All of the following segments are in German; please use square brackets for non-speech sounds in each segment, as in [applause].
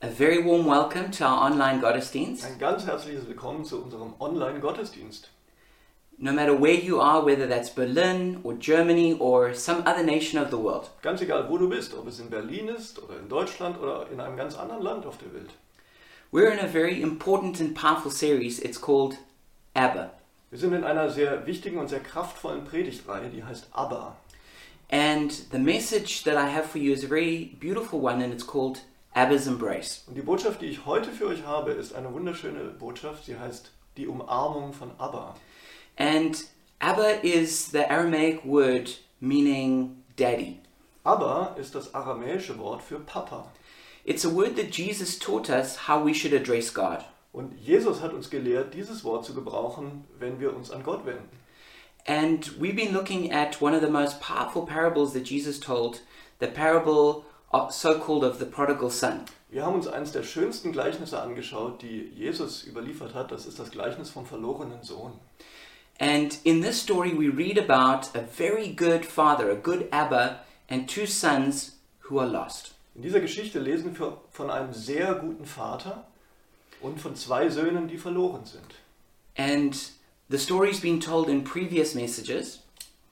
A very warm welcome to our online Gottesdienst. Ein ganz herzliches Willkommen zu unserem Online-Gottesdienst. No matter where you are, whether that's Berlin or Germany or some other nation of the world, Ganz egal, wo du bist, ob es in Berlin ist oder in Deutschland oder in einem ganz anderen Land auf der Welt. we're in a very important and powerful series. It's called Abba. Wir sind in einer sehr wichtigen und sehr kraftvollen Predigtreihe, die heißt Abba. And the message that I have for you is a very beautiful one, and it's called Abba's Embrace. Und die Botschaft, die ich heute für euch habe, ist eine wunderschöne Botschaft. Sie heißt die Umarmung von Abba. And Abba is the Aramaic word meaning daddy. Abba ist das aramäische Wort für Papa. It's a word that Jesus taught us how we should address God. Und Jesus hat uns gelehrt, dieses Wort zu gebrauchen, wenn wir uns an Gott wenden. And we've been looking at one of the most powerful parables that Jesus told, the parable of, so-called of the prodigal son. Wir haben uns eines der schönsten Gleichnisse angeschaut, die Jesus überliefert hat. Das ist das Gleichnis vom verlorenen Sohn. And in this story we read about a very good father, a good Abba, and two sons who are lost. In dieser Geschichte lesen wir von einem sehr guten Vater und von zwei Söhnen, die verloren sind. And the story's been told in previous messages,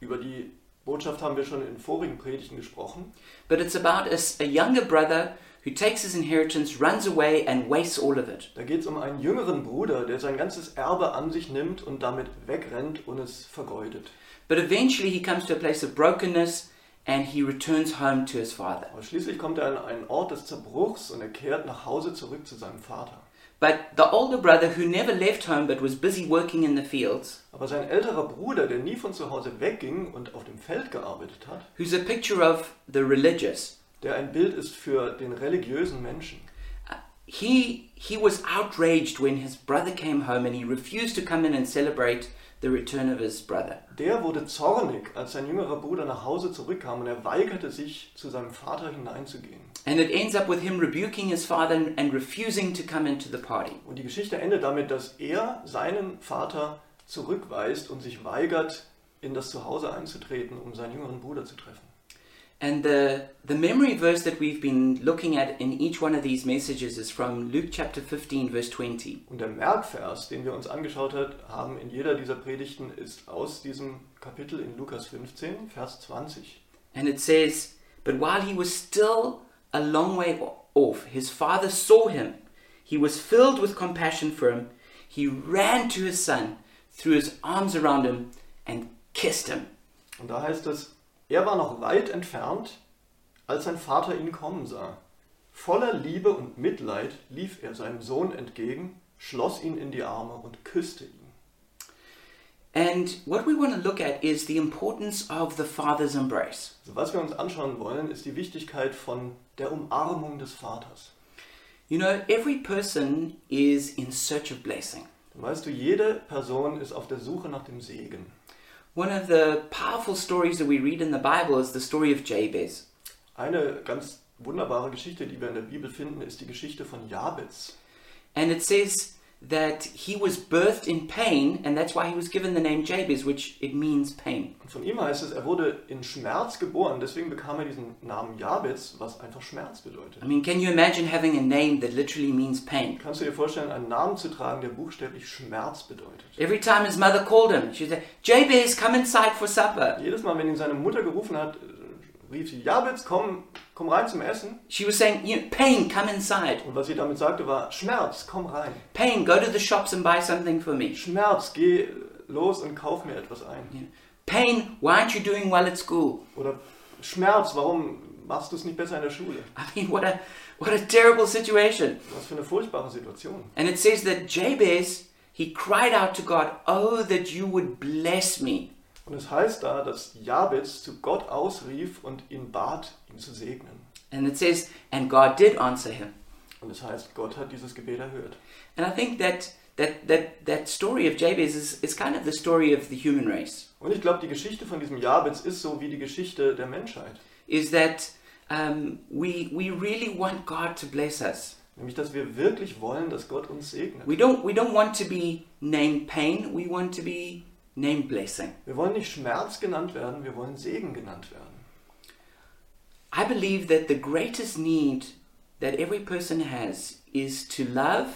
Über die Botschaft haben wir schon in vorigen Predigten gesprochen. but it's about a, s- a younger brother who takes his inheritance, runs away, and wastes all of it. Da geht es um einen jüngeren Bruder, der sein ganzes Erbe an sich nimmt und damit wegrennt und es vergeudet. But eventually he comes to a place of brokenness and he returns home to his father. Aber schließlich kommt er an einen Ort des Zerbruchs und er kehrt nach Hause zurück zu seinem Vater. But the older brother, who never left home but was busy working in the fields, Aber sein älterer Bruder, der nie von zu Hause wegging und auf dem Feld gearbeitet hat, who's a picture of the religious, der ein Bild ist für den religiösen Menschen, he, he was outraged when his brother came home and he refused to come in and celebrate the return of his brother. der wurde zornig, als sein jüngerer Bruder nach Hause zurückkam und er weigerte sich, zu seinem Vater hineinzugehen. And it ends up with him rebuking his father and, and refusing to come into the party. Und die Geschichte endet damit, dass er seinen Vater zurückweist und sich weigert, in das Zuhause einzutreten, um seinen jüngeren Bruder zu treffen. And the, the memory verse that we've been looking at in each one of these messages is from Luke chapter 15, verse 20. Und der Merkvers, den wir uns angeschaut hat- haben in jeder dieser Predigten, ist aus diesem Kapitel in Lukas 15, Vers 20. And it says, But while he was still a long way o- off, his father saw him. He was filled with compassion for him. He ran to his son, threw his arms around him, and kissed him. Und da heißt es, er war noch weit entfernt, als sein Vater ihn kommen sah. Voller Liebe und Mitleid lief er seinem Sohn entgegen, schloss ihn in die Arme und küsste ihn. And what we want to look at is the importance of the father's embrace. Also was wir uns anschauen wollen, ist die Wichtigkeit von der Umarmung des Vaters. You know, every person is in search of blessing. Dann weißt du, jede Person ist auf der Suche nach dem Segen. One of the powerful stories that we read in the Bible is the story of Jabez. Eine ganz wunderbare Geschichte, die wir in der Bibel finden, ist die Geschichte von Jabez. And it says that he was birthed in pain, and that's why he was given the name Jabez, which it means pain. Und von ihm heißt es, er wurde in Schmerz geboren, deswegen bekam er diesen Namen Jabez, was einfach Schmerz bedeutet. I mean, can you imagine having a name that literally means pain? Kannst du dir vorstellen, einen Namen zu tragen, der buchstäblich Schmerz bedeutet? Every time his mother called him, she said, Jabez, come inside for supper. Jedes Mal, wenn ihn seine Mutter gerufen hat, äh, rief sie, Jabez, komm, komm rein zum Essen. She was saying, you know, Pain, come inside. Und was sie damit sagte, war, Schmerz, komm rein. Pain, go to the shops and buy something for me. Schmerz, geh äh, los und kauf mir etwas ein. Pain, why aren't you doing well at school? [laughs] Oder Schmerz, warum machst du es nicht besser in der Schule? I mean, what a, what a terrible situation. Was für eine furchtbare Situation. And it says that Jabez, he cried out to God, Oh, that you would bless me. Und es heißt da, dass Jabez zu Gott ausrief und ihn bat, ihn zu segnen. And it says, and God did answer him. Und es heißt, Gott hat dieses Gebet erhört. And I think that that that, that story of Jabez is, is kind of the story of the human race. Und ich glaube, die Geschichte von diesem Jabez ist so wie die Geschichte der Menschheit. Is that um, we we really want God to bless us. Nämlich, dass wir wirklich wollen, dass Gott uns segnet. We don't we don't want to be named pain. We want to be named blessing. Wir wollen nicht Schmerz genannt werden, wir wollen Segen genannt werden. I believe that the greatest need that every person has is to love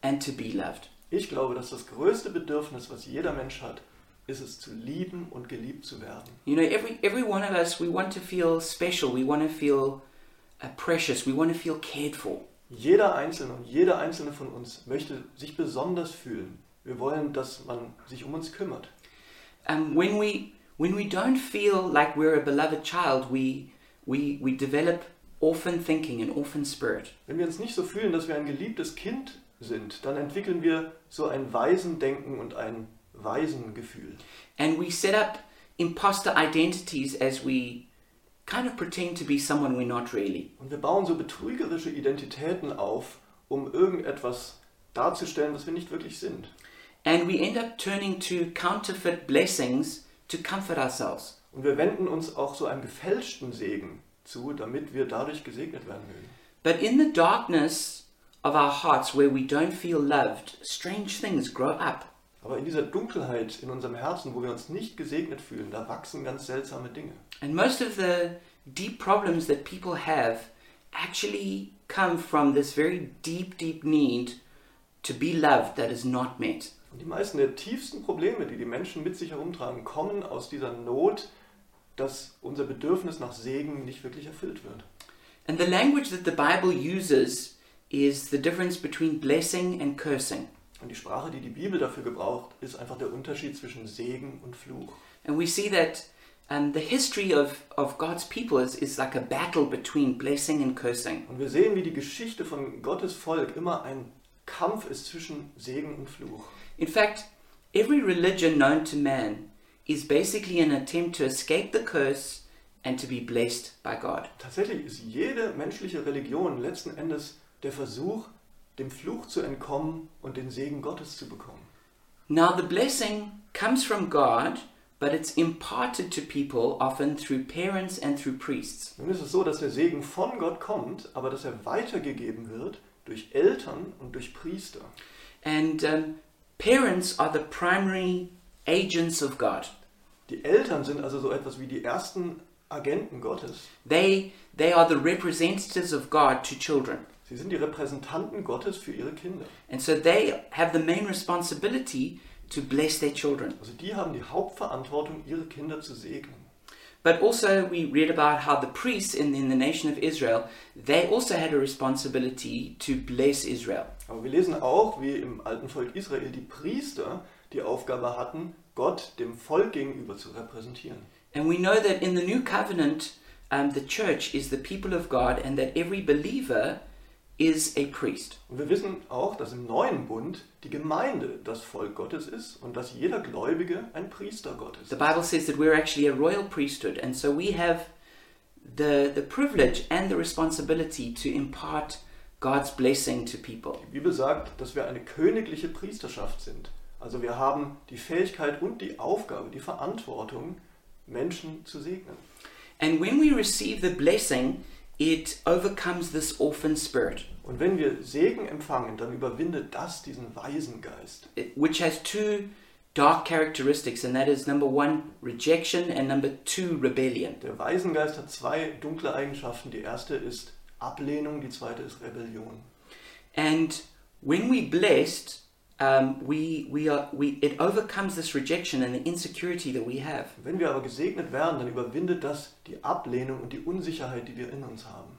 and to be loved. Ich glaube, dass das größte Bedürfnis, was jeder Mensch hat, ist es zu lieben und geliebt zu werden. You know, every every one of us we want to feel special, we want to feel uh, precious, we want to feel cared for. Jeder Einzelne und jede Einzelne von uns möchte sich besonders fühlen. Wir wollen, dass man sich um uns kümmert. Um, when we when we don't feel like we're a beloved child, we we we develop orphan thinking and orphan spirit. Wenn wir uns nicht so fühlen, dass wir ein geliebtes Kind sind, dann entwickeln wir so ein Waisendenken und ein Waisengefühl. And we set up imposter identities as we kind of pretend to be someone we're not really. Und wir bauen so betrügerische Identitäten auf, um irgendetwas darzustellen, was wir nicht wirklich sind. And we end up turning to counterfeit blessings to comfort ourselves. Und wir wenden uns auch so einem gefälschten Segen zu, damit wir dadurch gesegnet werden mögen. But in the darkness of our hearts where we don't feel loved, strange things grow up. Aber in dieser Dunkelheit in unserem Herzen, wo wir uns nicht gesegnet fühlen, da wachsen ganz seltsame Dinge. And most of the deep problems that people have actually come from this very deep, deep need to be loved that is not met. Und die meisten der tiefsten Probleme, die die Menschen mit sich herumtragen, kommen aus dieser Not, dass unser Bedürfnis nach Segen nicht wirklich erfüllt wird. And the language that the Bible uses is the difference between blessing and cursing. Und die Sprache, die die Bibel dafür gebraucht, ist einfach der Unterschied zwischen Segen und Fluch. And we see that um, the history of, of God's people is, is like a battle between blessing and cursing. Und wir sehen, wie die Geschichte von Gottes Volk immer ein Kampf ist zwischen Segen und Fluch. In fact, every religion known to man is basically an attempt to escape the curse and to be blessed by God. Tatsächlich ist jede menschliche Religion letzten Endes der Versuch, dem Fluch zu entkommen und den Segen Gottes zu bekommen. Now, the blessing comes from God, but it's imparted to people often through parents and through priests. Nun ist es so, dass der Segen von Gott kommt, aber dass er weitergegeben wird durch Eltern und durch Priester. And um, parents are the primary agents of God. Die Eltern sind also so etwas wie die ersten Agenten Gottes. They, they are the representatives of God to children. Sie sind die Repräsentanten Gottes für ihre Kinder. And so they have the main responsibility to bless their children. Also die haben die Hauptverantwortung, ihre Kinder zu segnen. But also, we read about how the priests in, in the nation of Israel, they also had a responsibility to bless Israel. Aber wir lesen auch, wie im alten Volk Israel die Priester die Aufgabe hatten, Gott dem Volk gegenüber zu repräsentieren. And we know that in the new covenant, um, the church is the people of God, and that every believer is a priest. Und wir wissen auch, dass im neuen Bund die Gemeinde das Volk Gottes ist und dass jeder Gläubige ein Priester Gottes The ist. Bible says that we're actually a royal priesthood, and so we have the, the privilege and the responsibility to impart God's blessing to people. Die Bibel sagt, dass wir eine königliche Priesterschaft sind. Also wir haben die Fähigkeit und die Aufgabe, die Verantwortung, Menschen zu segnen. And when we receive the blessing, it overcomes this orphan spirit, Und wenn wir Segen empfangen, dann überwindet das diesen Waisengeist. it- which has two dark characteristics, and that is number one, rejection, and number two, rebellion. Der Waisengeist hat zwei dunkle Eigenschaften. Die erste ist Ablehnung, die zweite ist Rebellion. And when we blessed, um, we, we are, we, it overcomes this rejection and the insecurity that we have. Wenn wir aber gesegnet werden, dann überwindet das die Ablehnung und die Unsicherheit, die wir in uns haben.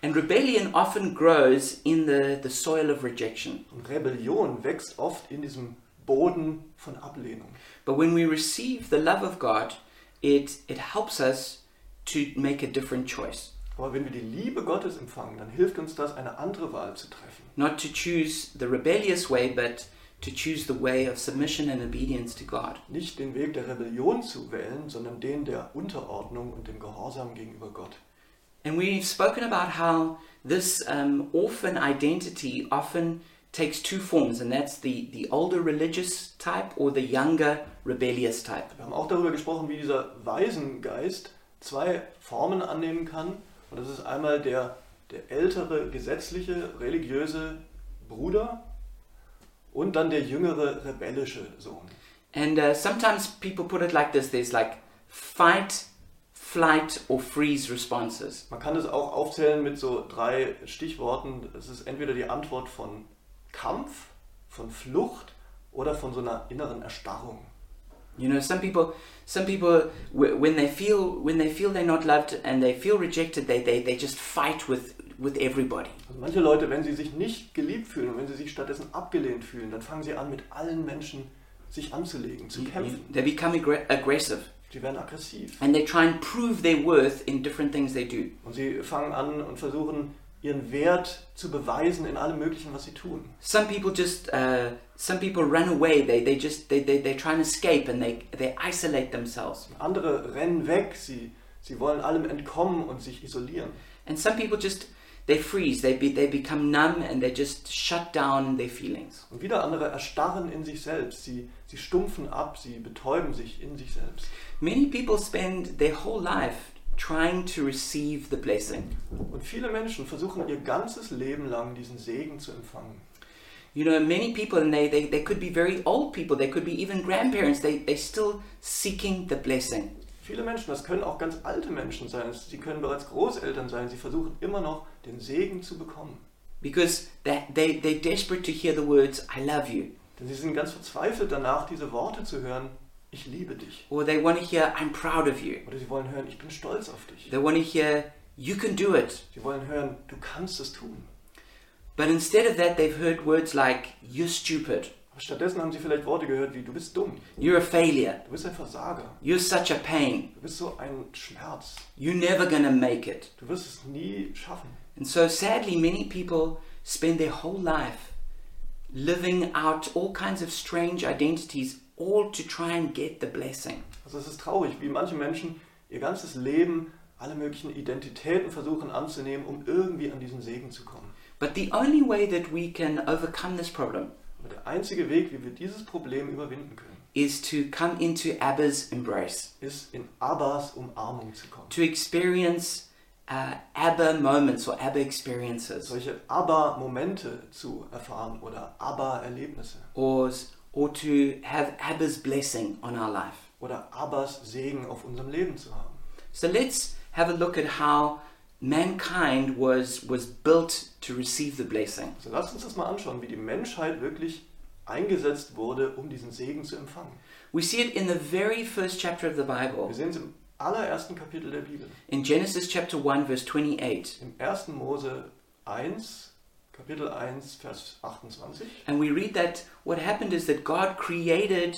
And rebellion often grows in the, the soil of rejection. Und Rebellion wächst oft in diesem Boden von Ablehnung. But when we receive the love of God, it, it helps us to make a different choice, Aber wenn wir die Liebe Gottes empfangen, dann hilft uns das, eine andere Wahl zu treffen. not to choose the rebellious way, but to choose the way of submission and obedience to God. Nicht den Weg der Rebellion zu wählen, sondern den der Unterordnung und dem Gehorsam gegenüber Gott. And we've spoken about how this um, orphan identity often takes two forms, and that's the, the older religious type or the younger rebellious type. Wir haben auch darüber gesprochen, wie dieser Waisengeist zwei Formen annehmen kann. Und das ist einmal der, der ältere gesetzliche, religiöse Bruder und dann der jüngere rebellische Sohn. And uh, sometimes people put it like this there's like fight, flight, or freeze responses. Man kann es auch aufzählen mit so drei Stichworten. Es ist entweder die Antwort von Kampf, von Flucht oder von so einer inneren Erstarrung. You know, some people, some people, wh- when they feel when they feel they're not loved and they feel rejected, they they, they just fight with with everybody. Also manche Leute, wenn sie sich nicht geliebt fühlen und wenn sie sich stattdessen abgelehnt fühlen, dann fangen sie an, mit allen Menschen sich anzulegen, zu kämpfen. They become aggra- aggressive Sie werden aggressiv and they try and prove their worth in different things they do. und sie fangen an und versuchen, ihren Wert zu beweisen in allem Möglichen, was sie tun. Some people just uh, some people run away. They they just they, they they try and escape and they they isolate themselves. Andere rennen weg, sie, sie wollen allem entkommen und sich isolieren. And some people just they freeze. They be, they become numb and they just shut down their feelings. Und wieder andere erstarren in sich selbst, sie, sie stumpfen ab, sie betäuben sich in sich selbst. Many people spend their whole life trying to receive the blessing. Und viele Menschen versuchen ihr ganzes Leben lang diesen Segen zu empfangen. You know, many people, and they, they, they could be very old people, they could be even grandparents, they, they're still seeking the blessing. Viele Menschen, das können auch ganz alte Menschen sein, sie können bereits Großeltern sein, sie versuchen immer noch den Segen zu bekommen. Because they, they, they're desperate to hear the words, I love you. Denn sie sind ganz verzweifelt danach, diese Worte zu hören, ich liebe dich. Or they want to hear, I'm proud of you. Oder sie wollen hören, ich bin stolz auf dich. They want to hear, you can do it. Sie wollen hören, du kannst es tun. But instead of that, they've heard words like, you're stupid, Aber stattdessen haben sie vielleicht Worte gehört wie, du bist dumm, you're a failure, du bist ein Versager, you're such a pain, du bist so ein Schmerz, you're never gonna make it. du wirst es nie schaffen. And so sadly, many people spend their whole life living out all kinds of strange identities, all to try and get the blessing. Also es ist traurig, wie manche Menschen ihr ganzes Leben alle möglichen Identitäten versuchen anzunehmen, um irgendwie an diesen Segen zu kommen. But the only way that we can overcome this problem Aber der einzige Weg, wie wir dieses Problem überwinden können, is to come into Abba's embrace, ist in Abbas Umarmung zu kommen. to experience uh, Abba moments or Abba experiences, Solche Abba-Momente zu erfahren oder Abba-Erlebnisse or, or to have Abba's blessing on our life. oder Abbas Segen auf unserem Leben zu haben. So let's have a look at how mankind was, was built to receive the blessing. Also lasst uns das mal anschauen, wie die Menschheit wirklich eingesetzt wurde, um diesen Segen zu empfangen. We see it in the very first chapter of the Wir Bible, sehen es im allerersten Kapitel der Bibel. in Genesis chapter 1, verse 28. Im 1. Mose 1, Kapitel 1, Vers 28. And we read that what happened is that God created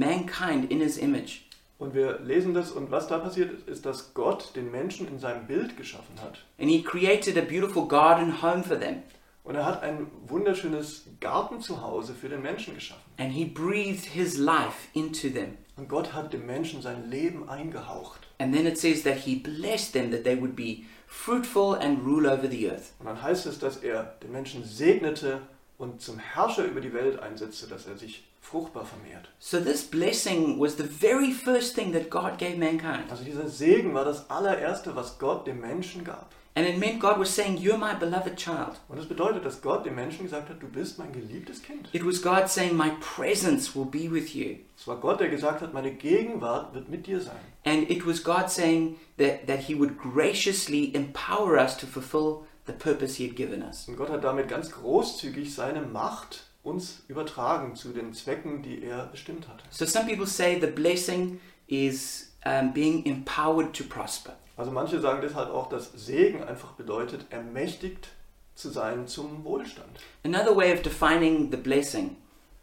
mankind in his image. Und wir lesen das und was da passiert ist, ist, dass Gott den Menschen in seinem Bild geschaffen hat. And he created a beautiful garden home for them. Und er hat ein wunderschönes Gartenzuhause für den Menschen geschaffen. And he breathed his life into them. Und Gott hat dem Menschen sein Leben eingehaucht. And then it says that he blessed them that they would be fruitful and rule over the earth. Und dann heißt es, dass er den Menschen segnete und zum Herrscher über die Welt einsetzte, dass er sich fruchtbar vermehrt. So this blessing was the very first thing that God gave mankind. Also dieser Segen war das allererste, was Gott dem Menschen gab. And it meant God was saying, You're my beloved child. Und das bedeutet, dass Gott dem Menschen gesagt hat, du bist mein geliebtes Kind. It was God saying, My presence will be with you. Es war Gott, der gesagt hat, meine Gegenwart wird mit dir sein. And it was God saying that, that He would graciously empower us to fulfill the purpose He had given us. Und Gott hat damit ganz großzügig seine Macht uns übertragen zu den Zwecken, die er bestimmt hatte. So some people say the blessing is um, being empowered to prosper. Also manche sagen deshalb auch, dass Segen einfach bedeutet, ermächtigt zu sein zum Wohlstand. Another way of defining the blessing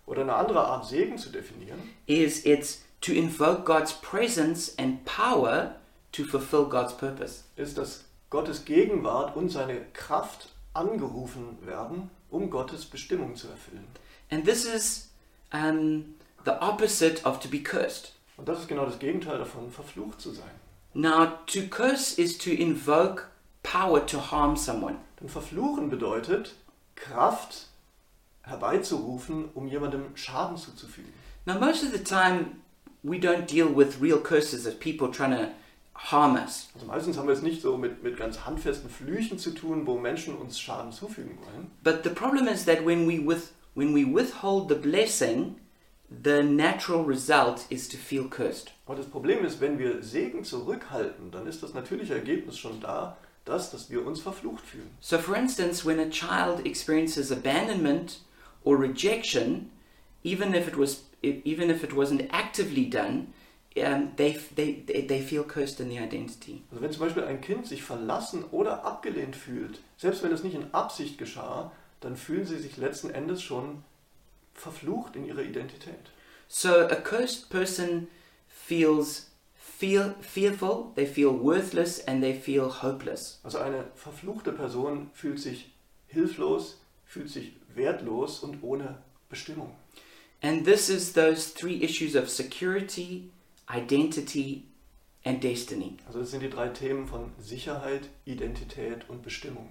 Oder eine andere Art Segen zu definieren, is it's to invoke God's presence and power to fulfill God's purpose. ist, dass Gottes Gegenwart und seine Kraft angerufen werden, um Gottes Bestimmung zu erfüllen. And this is um, the opposite of to be cursed. Und das ist genau das Gegenteil davon, verflucht zu sein. Now, to curse is to invoke power to harm someone. Denn verfluchen bedeutet, Kraft herbeizurufen, um jemandem Schaden zuzufügen. Now, most of the time, we don't deal with real curses of people trying to harm us. Also meistens haben wir es nicht so mit, mit ganz handfesten Flüchen zu tun, wo Menschen uns Schaden zufügen wollen. But the problem is that when we, with, when we withhold the blessing, the natural result is to feel cursed. Aber das Problem ist, wenn wir Segen zurückhalten, dann ist das natürliche Ergebnis schon da, das, dass wir uns verflucht fühlen. So, for instance, when a child experiences abandonment or rejection, even if it was even if it wasn't actively done, um, they, they they they feel cursed in the identity. Also wenn zum Beispiel ein Kind sich verlassen oder abgelehnt fühlt, selbst wenn es nicht in Absicht geschah, dann fühlen sie sich letzten Endes schon verflucht in ihrer Identität. So, a cursed person feels feel fearful, they feel worthless, and they feel hopeless. Also eine verfluchte Person fühlt sich hilflos, fühlt sich wertlos und ohne Bestimmung. And this is those three issues of security, identity, and destiny. Also das sind die drei Themen von Sicherheit, Identität und Bestimmung.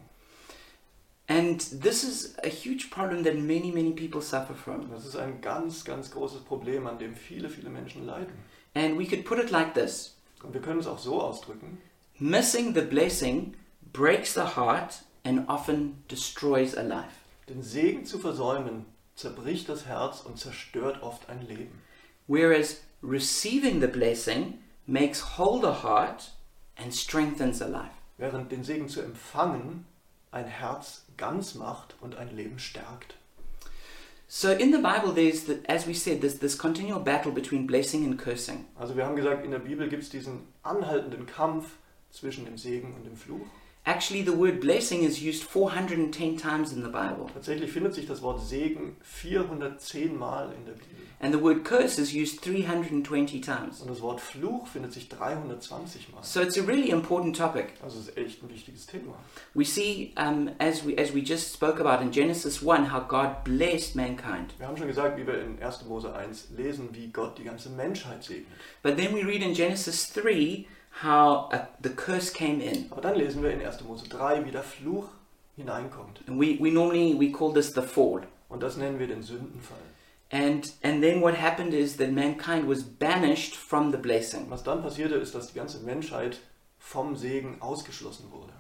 And this is a huge problem that many, many people suffer from. Das ist ein ganz, ganz großes Problem, an dem viele, viele Menschen leiden. And we could put it like this Und wir können es auch so ausdrücken, missing the blessing breaks the heart and often destroys a life. den Segen zu versäumen zerbricht das Herz und zerstört oft ein Leben. Whereas receiving the blessing makes whole the heart and strengthens a life. Während den Segen zu empfangen ein Herz ganz macht und ein Leben stärkt. So in the Bible, there's, the, as we said, this, this continual battle between blessing and cursing. Also wir haben gesagt, in der Bibel gibt es diesen anhaltenden Kampf zwischen dem Segen und dem Fluch. Actually, the word blessing is used 410 times in the Bible, Tatsächlich findet sich das Wort Segen 410 Mal in der Bibel. and the word curse is used 320 times. Und das Wort Fluch findet sich 320 Mal. So it's a really important topic. Also es ist echt ein wichtiges Thema. We see, um, as we as we just spoke about in Genesis one, how God blessed mankind. Wir haben schon gesagt, wie wir in 1. Mose 1 lesen, wie Gott die ganze Menschheit segnet. But then we read in Genesis three how uh, the curse came in. Aber dann lesen wir in 1. Mose 3, wie der Fluch hineinkommt. And we we normally we call this the fall. Und das nennen wir den Sündenfall. And and then what happened is that mankind was banished from the blessing. Was dann passierte, ist, dass die ganze Menschheit vom Segen ausgeschlossen wurde.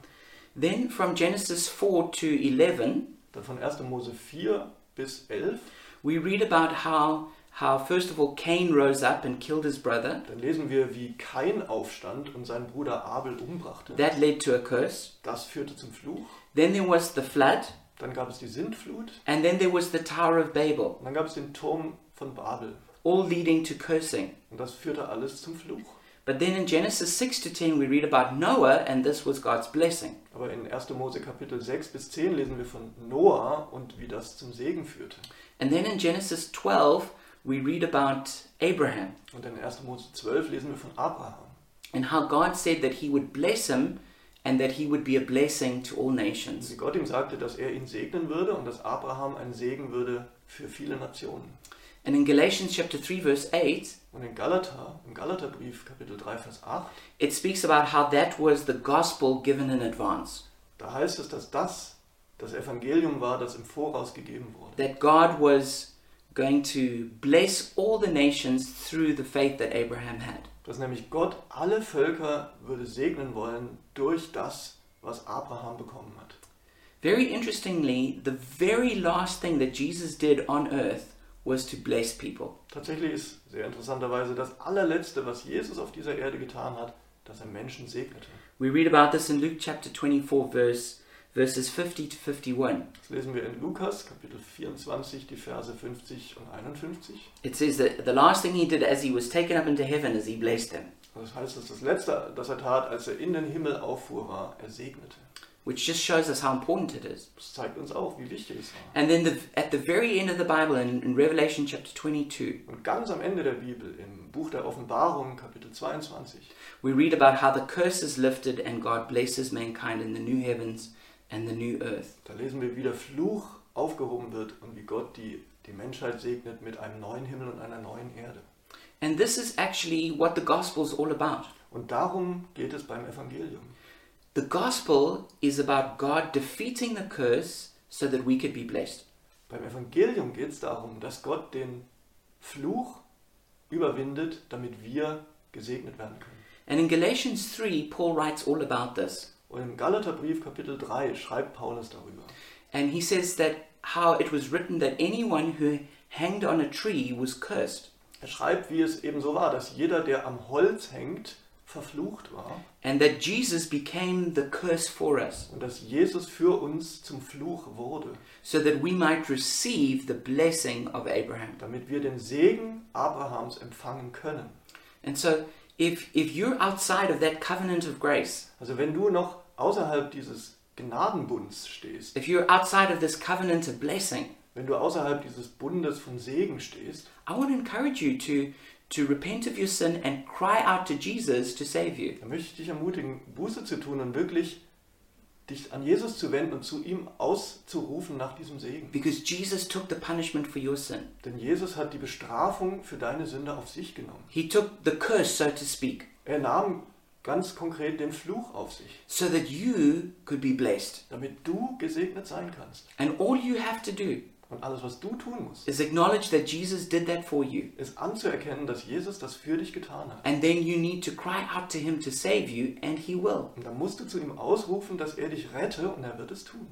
Then from Genesis 4 to 11, Dann von 1. Mose 4 bis 11, we read about how how first of all Cain rose up and killed his brother. dann lesen wir, wie Kain aufstand und seinen Bruder Abel umbrachte. That led to a curse. Das führte zum Fluch. Then there was the flood, Dann gab es die Sintflut. and then there was the Tower of Babel, Und dann gab es den Turm von Babel. all leading to cursing. Und das führte alles zum Fluch. But then in Genesis 6 to 10, we read about Noah, and this was God's blessing. Aber in 1. Mose Kapitel 6 bis 10 lesen wir von Noah und wie das zum Segen führte. And then in Genesis 12, we read about Abraham Und in 1. Mose 12 lesen wir von Abraham and how God said that he would bless him and that he would be a blessing to all wie nations. Also Gott ihm sagte, dass er ihn segnen würde und dass Abraham ein Segen würde für viele Nationen. And in Galatians chapter 3, verse 8, Und in Galater, im Galaterbrief Kapitel 3 Vers 8, it speaks about how that was the gospel given in advance. da heißt es, dass das das Evangelium war, das im Voraus gegeben wurde. That God was going to bless all the nations through the faith that Abraham had. Dass nämlich Gott alle Völker würde segnen wollen durch das, was Abraham bekommen hat. Very interestingly, the very last thing that Jesus did on earth was to bless people. Tatsächlich ist sehr interessanterweise das allerletzte, was Jesus auf dieser Erde getan hat, dass er Menschen segnete. We read about this in Luke chapter 24 verse verses 50 to 51. Das lesen wir in Lukas Kapitel 24, die Verse 50 und 51. It says that the last thing he did as he was taken up into heaven is he blessed them, Das heißt, dass das letzte, das er tat, als er in den Himmel auffuhr, war, er segnete. which just shows us how important it is. Das zeigt uns auch, wie wichtig es war. And then the, at the very end of the Bible in, in Revelation chapter 22, Und ganz am Ende der Bibel, im Buch der Offenbarung, Kapitel 22, we read about how the curse is lifted and God blesses mankind in the new heavens and the new earth. da lesen wir, wie der Fluch aufgehoben wird und wie Gott die, die Menschheit segnet mit einem neuen Himmel und einer neuen Erde. And this is actually what the gospel is all about. Und darum geht es beim Evangelium. The gospel is about God defeating the curse so that we could be blessed. Beim Evangelium geht es darum, dass Gott den Fluch überwindet, damit wir gesegnet werden können. And in Galatians 3, Paul writes all about this. Und im Galaterbrief Kapitel 3 schreibt Paulus darüber. And he says that how it was written that anyone who hanged on a tree was cursed, Er schreibt, wie es eben so war, dass jeder, der am Holz hängt, verflucht war and that Jesus became the curse for us, und dass Jesus für uns zum Fluch wurde, so that we might receive the blessing of Abraham. damit wir den Segen Abrahams empfangen können. And so, if, if you're outside of that covenant of grace, Also wenn du noch außerhalb dieses Gnadenbunds stehst, if you're outside of this covenant of blessing, wenn du außerhalb dieses Bundes von Segen stehst, I want to encourage you to, to repent of your sin and cry out to Jesus to save you. dann möchte ich dich ermutigen, Buße zu tun und wirklich dich an Jesus zu wenden und zu ihm auszurufen nach diesem Segen. Because Jesus took the punishment for your sin. Denn Jesus hat die Bestrafung für deine Sünde auf sich genommen. He took the curse, so to speak, Er nahm ganz konkret den Fluch auf sich, so that you could be blessed. damit du gesegnet sein kannst. And all you have to do Und alles, was du tun musst, is acknowledge that Jesus did that for you. ist anzuerkennen, dass Jesus das für dich getan hat. And then you need to cry out to him to save you, and he will. Und dann musst du zu ihm ausrufen, dass er dich rette und er wird es tun.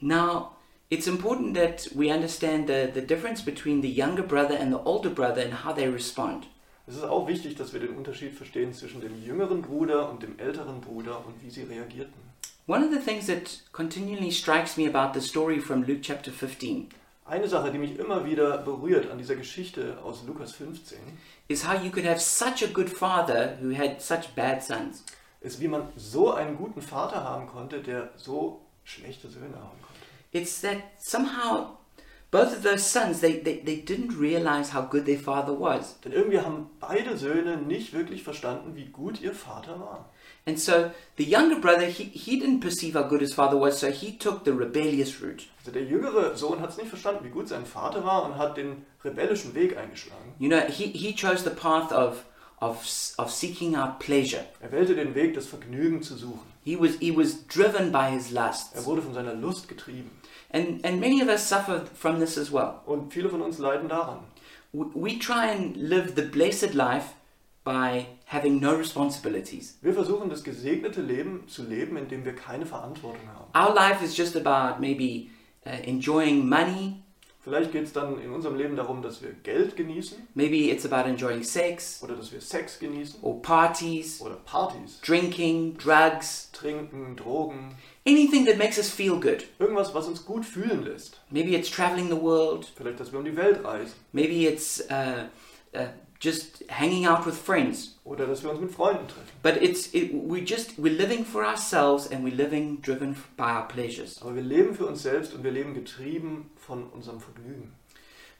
Now, it's important that we understand the, the difference between the younger brother and the older brother and how they respond. Es ist auch wichtig, dass wir den Unterschied verstehen zwischen dem jüngeren Bruder und dem älteren Bruder und wie sie reagierten. One of the things that continually strikes me about the story from Luke chapter 15 Eine Sache, die mich immer wieder berührt an dieser Geschichte aus Lukas 15, is how you could have such a good father who had such bad sons. ist, wie man so einen guten Vater haben konnte, der so schlechte Söhne haben konnte. It's that somehow both of those sons, they, they, they didn't realize how good their father was. Denn irgendwie haben beide Söhne nicht wirklich verstanden, wie gut ihr Vater war. And so the younger brother, he, he didn't perceive how good his father was, so he took the rebellious route. Also der jüngere Sohn hat es nicht verstanden, wie gut sein Vater war und hat den rebellischen Weg eingeschlagen. You know, he, he chose the path of, of, s- of seeking out pleasure. Er wählte den Weg, das Vergnügen zu suchen. He was, he was driven by his Er lusts. wurde von seiner Lust getrieben. And, and many of us suffer from this as well. Und viele von uns leiden daran. We, we try and live the blessed life by having no responsibilities. Wir versuchen, das gesegnete Leben zu leben, indem wir keine Verantwortung haben. Our life is just about maybe uh, enjoying money, Vielleicht geht es dann in unserem Leben darum, dass wir Geld genießen maybe it's about enjoying sex oder dass wir Sex genießen or parties, oder Partys, drinking, drugs, Trinken, Drogen, anything that makes us feel good. irgendwas, was uns gut fühlen lässt. Maybe it's traveling the world, Vielleicht, dass wir um die Welt reisen maybe it's uh, uh, just hanging out with friends. oder dass wir uns mit Freunden treffen. But it's it, we just we're living for ourselves and we're living driven by our pleasures. Aber wir leben für uns selbst und wir leben getrieben von unserem Vergnügen.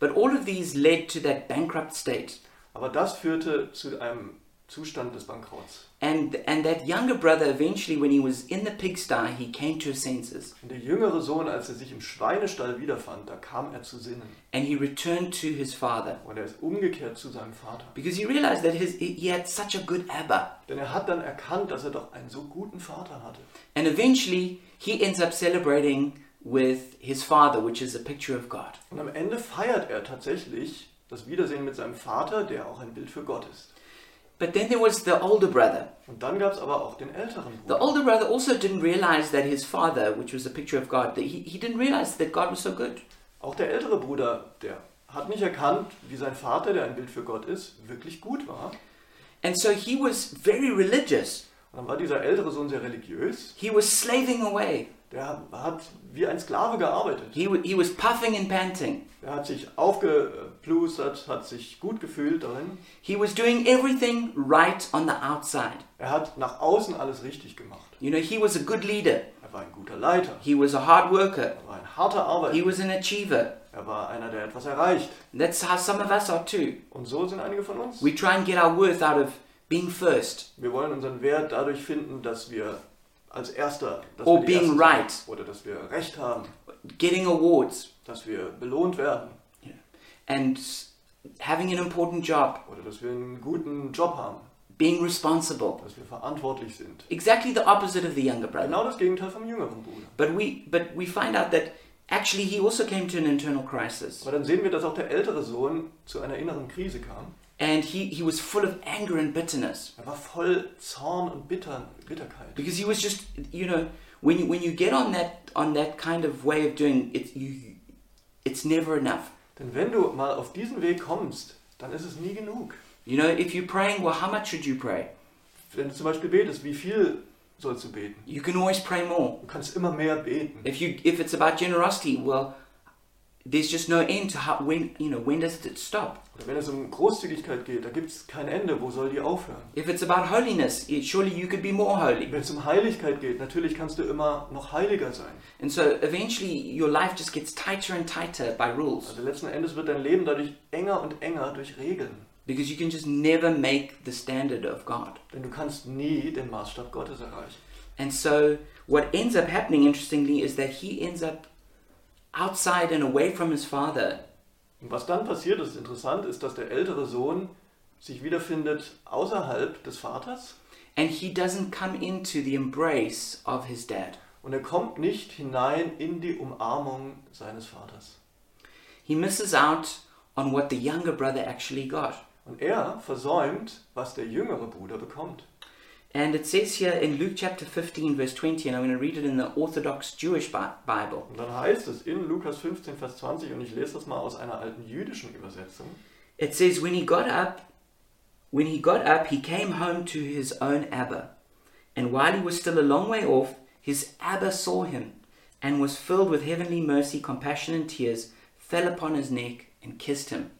But all of these led to that bankrupt state. Aber das führte zu einem Zustand des Bankrotts. And and that younger brother eventually when he was in the pigsty he came to his senses Und der jüngere Sohn, als er sich im Schweinestall wiederfand, da kam er zu Sinnen and he returned to his father und er ist umgekehrt zu seinem Vater. because he realized that his he had such a good Abba. Denn er hat dann erkannt, dass er doch einen so guten Vater hatte. And eventually he ends up celebrating with his father which is a picture of God. Und am Ende feiert er tatsächlich das Wiedersehen mit seinem Vater, der auch ein Bild für Gott ist. But then there was the older brother. Und dann gab es aber auch den älteren The Bruder. older brother also didn't realize that his father, which was a picture of God, that he, he didn't realize that God was so good. Auch der ältere Bruder, der hat nicht erkannt, wie sein Vater, der ein Bild für Gott ist, wirklich gut war. And so he was very religious. Und dann war dieser ältere Sohn sehr religiös. He was slaving away. Der hat wie ein Sklave gearbeitet. He, wa- he was puffing and panting. Er hat sich aufgeplustert, hat sich gut gefühlt darin. He was doing everything right on the outside. Er hat nach außen alles richtig gemacht. You know, he was a good leader. Er war ein guter Leiter. He was a hard worker. Er war ein harter He Arbeiter. was an achiever. Er war einer, der etwas erreicht. That's how some of us are too. Und so sind einige von uns. We try and get our worth out of being first. Wir wollen unseren Wert dadurch finden, dass wir als Erster, dass Or wir die Oh, being Ersten right. sind. oder dass wir Recht haben, Getting awards dass wir belohnt werden you know, and s- having an important job. oder dass wir einen guten Job haben, Being responsible. dass wir verantwortlich sind. Exactly the opposite of the younger brother. Genau das Gegenteil vom jüngeren Bruder. But we but we find out that actually he also came to an internal crisis, Aber dann sehen wir, dass auch der ältere Sohn zu einer inneren Krise kam. and he he was full of anger and bitterness Er war voll Zorn und Bitter, Bitterkeit. because he was just you know when you, when you get on that on that kind of way of doing it you It's never enough. Denn wenn du mal auf diesen Weg kommst, dann ist es nie genug. You know, if you're praying, well, how much should you pray? Wenn du zum Beispiel betest, wie viel sollst du beten? You can always pray more. Du kannst immer mehr beten. If you, if it's about generosity, well, there's just no end to how when you know when does it stop. Oder wenn es um Großzügigkeit geht, da gibt es kein Ende, wo soll die aufhören? If it's about holiness, it, surely you could be more holy. Wenn es um Heiligkeit geht, natürlich kannst du immer noch heiliger sein. And so eventually your life just gets tighter and tighter by rules Also letzten Endes wird dein Leben dadurch enger und enger durch Regeln. because you can just never make the standard of God. Denn du kannst nie den Maßstab Gottes erreichen. And so what ends up happening interestingly is that he ends up outside and away from his father. Und was dann passiert ist, interessant ist, dass der ältere Sohn sich wiederfindet außerhalb des Vaters And he doesn't come into the embrace of his dad. und er kommt nicht hinein in die Umarmung seines Vaters. He misses out on what the younger brother actually got. Und er versäumt, was der jüngere Bruder bekommt. And it says here in Luke chapter 15, verse 20, and I'm going to read it in the Orthodox Jewish Bi- Bible. Und dann heißt es in Lukas 15, Vers 20, und ich lese das mal aus einer alten jüdischen Übersetzung. It says, When he got up, when he got up, he came home to his own Abba. And while he was still a long way off, his Abba saw him and was filled with heavenly mercy, compassion, and tears, fell upon his neck and kissed him.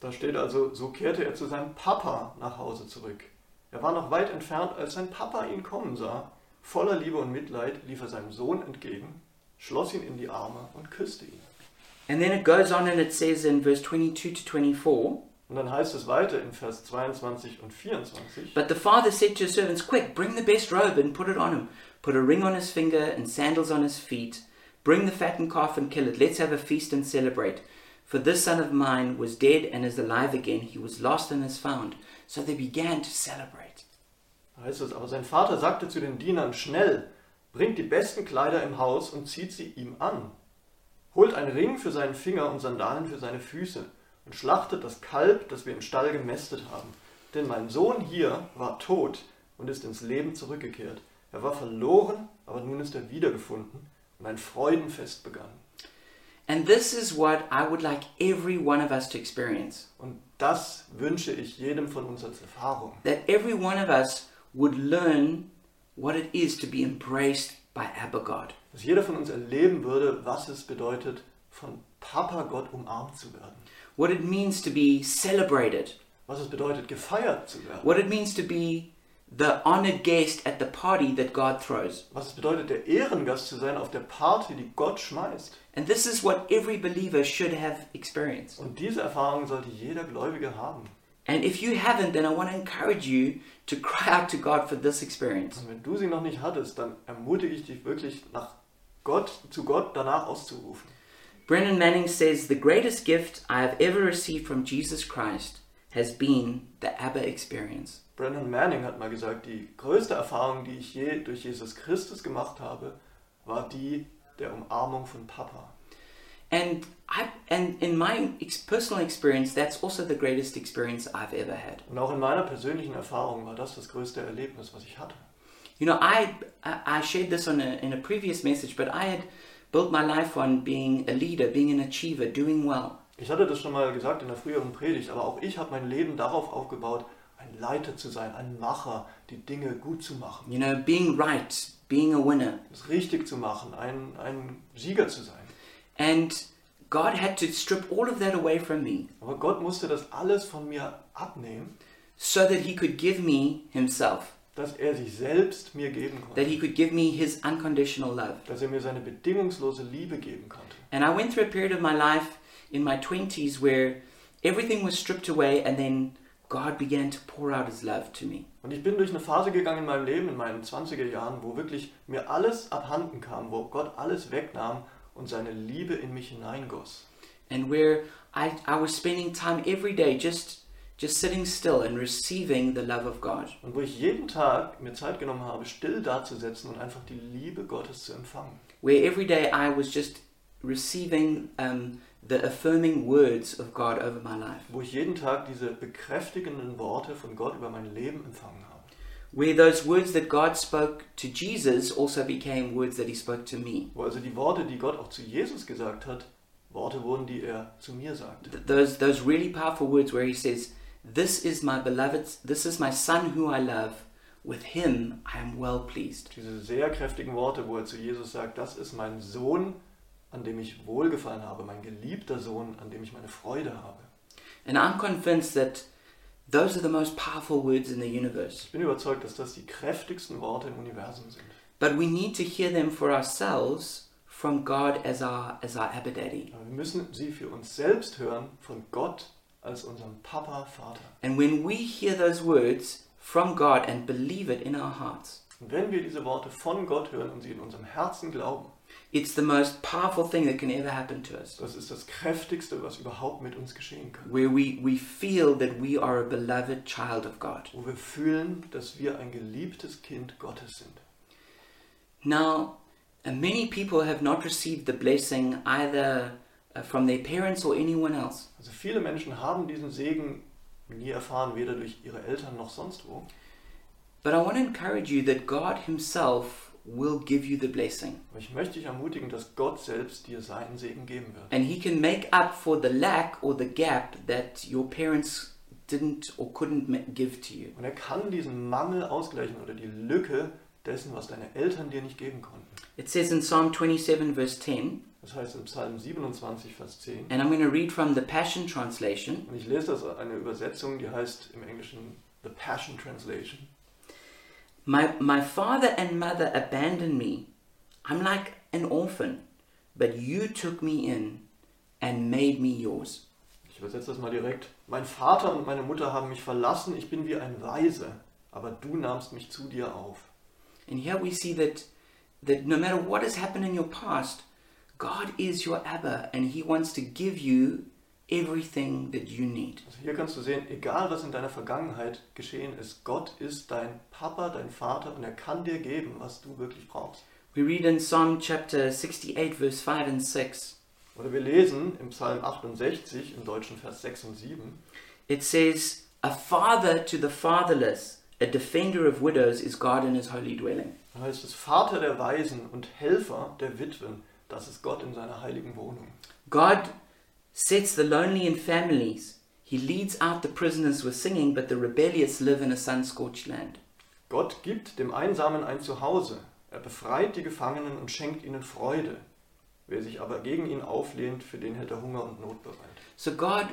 Da steht also, so kehrte er zu seinem Papa nach Hause zurück. Er war noch weit entfernt, als sein Papa ihn kommen sah. Voller Liebe und Mitleid lief er seinem Sohn entgegen, schloss ihn in die Arme und küsste ihn. And then it goes on and it says in verse 22 to 24, Und dann heißt es weiter in Vers 22 und 24. But the father said to his servants, Quick, bring the best robe and put it on him. Put a ring on his finger and sandals on his feet. Bring the fattened calf and kill it. Let's have a feast and celebrate. For this son of mine was dead and is alive again. He was lost and is found. So they began to celebrate. Da heißt es, aber sein Vater sagte zu den Dienern, schnell, bringt die besten Kleider im Haus und zieht sie ihm an. Holt einen Ring für seinen Finger und Sandalen für seine Füße und schlachtet das Kalb, das wir im Stall gemästet haben. Denn mein Sohn hier war tot und ist ins Leben zurückgekehrt. Er war verloren, aber nun ist er wiedergefunden und ein Freudenfest begann. And this is what I would like every one of us to experience. Und das wünsche ich jedem von uns als Erfahrung. That every one of us would learn what it is to be embraced by Abba God. Dass jeder von uns erleben würde, was es bedeutet, von Papa Gott umarmt zu werden. What it means to be celebrated was es bedeutet, gefeiert zu werden. what it means to be the honored guest at the party that God throws. Was es bedeutet, der Ehrengast zu sein auf der Party, die Gott schmeißt. And this is what every believer should have experienced. Und diese Erfahrung sollte jeder Gläubige haben. And if you haven't, then I want to encourage you to cry out to God for this experience. Und wenn du sie noch nicht hattest, dann ermutige ich dich wirklich, nach Gott, zu Gott danach auszurufen. Brennan Manning says The greatest gift I have ever received from Jesus Christ has been the Abba experience. Brennan Manning hat mal gesagt, die größte Erfahrung, die ich je durch Jesus Christus gemacht habe, war die der Umarmung von Papa. And I, and in my ex- personal experience, that's also the greatest experience I've ever had. Und auch in meiner persönlichen Erfahrung war das das größte Erlebnis, was ich hatte. You know, I I I shared this on a, in a previous message, but I had built my life on being a leader, being an achiever, doing well. Ich hatte das schon mal gesagt in der früheren Predigt, aber auch ich habe mein Leben darauf aufgebaut, ein Leiter zu sein, ein Macher, die Dinge gut zu machen, You know, being right, being a winner. es richtig zu machen, ein, ein Sieger zu sein. And God had to strip all of that away from me Aber Gott musste das alles von mir abnehmen, so that he could give me himself, dass er sich selbst mir geben that konnte, he could give me his unconditional love. dass er mir seine bedingungslose Liebe geben konnte. And I went through a period of my life in my 20s where everything was stripped away and then God began to pour out his love to me. Und ich bin durch eine Phase gegangen in meinem Leben, in meinen 20er Jahren, wo wirklich mir alles abhanden kam, wo Gott alles wegnahm und seine Liebe in mich hineingoss. and where I, I was spending time every day just just sitting still and receiving the love of God. Und wo ich jeden Tag mir Zeit genommen habe, still dazusetzen und einfach die Liebe Gottes zu empfangen. Where every day I was just receiving um, the affirming words of God over my life. Wo ich jeden Tag diese bekräftigenden Worte von Gott über mein Leben empfangen habe. Where those words that God spoke to Jesus also became words that he spoke to me. Wo also die Worte, die Gott auch zu Jesus gesagt hat, Worte wurden, die er zu mir sagte. Th- those, those really powerful words where he says, This is my beloved, this is my son who I love. With him I am well pleased. Diese sehr kräftigen Worte, wo er zu Jesus sagt, das ist mein Sohn, an dem ich wohlgefallen habe, mein geliebter Sohn, an dem ich meine Freude habe. And I'm convinced that those are the most powerful words in the universe. Ich bin überzeugt, dass das die kräftigsten Worte im Universum sind. But we need to hear them for ourselves from God as our, as our Abba Daddy. Aber wir müssen sie für uns selbst hören, von Gott als unserem Papa, Vater. And when we hear those words from God and believe it in our hearts, Und wenn wir diese Worte von Gott hören und sie in unserem Herzen glauben, it's the most powerful thing that can ever happen to us. das ist das Kräftigste, was überhaupt mit uns geschehen kann. Where we, we feel that we are a beloved child of God. Wo wir fühlen, dass wir ein geliebtes Kind Gottes sind. Now, uh, many people have not received the blessing either uh, from their parents or anyone else. Also viele Menschen haben diesen Segen nie erfahren, weder durch ihre Eltern noch sonst wo. But I want to encourage you that God Himself will give you the blessing. Aber ich möchte dich ermutigen, dass Gott selbst dir seinen Segen geben wird. And He can make up for the lack or the gap that your parents didn't or couldn't ma- give to you. Und er kann diesen Mangel ausgleichen oder die Lücke dessen, was deine Eltern dir nicht geben konnten. It says in Psalm 27, verse 10, Das heißt im Psalm 27, Vers 10. and I'm going to read from the Passion Translation. Und ich lese das eine Übersetzung, die heißt im Englischen The Passion Translation. My, my father and mother abandoned me. I'm like an orphan, but you took me in and made me yours. Ich übersetze das mal direkt. Mein Vater und meine Mutter haben mich verlassen, ich bin wie ein Weise, aber du nahmst mich zu dir auf. And here we see that that no matter what has happened in your past, God is your Abba and he wants to give you everything that you need. Also hier kannst du sehen, egal was in deiner Vergangenheit geschehen ist, Gott ist dein Papa, dein Vater und er kann dir geben, was du wirklich brauchst. We read in Psalm chapter 68 verse 5 and 6. Oder wir lesen im Psalm 68, im deutschen Vers 6 und 7, It says, "A father to the fatherless, a defender of widows is God in his holy dwelling." da heißt es, Vater der Waisen und Helfer der Witwen, das ist Gott in seiner heiligen Wohnung. God sets the lonely in families. He leads out the prisoners with singing, but the rebellious live in a sun-scorched land. Gott gibt dem Einsamen ein Zuhause. Er befreit die Gefangenen und schenkt ihnen Freude. Wer sich aber gegen ihn auflehnt, für den hält er Hunger und Not bereit. So God,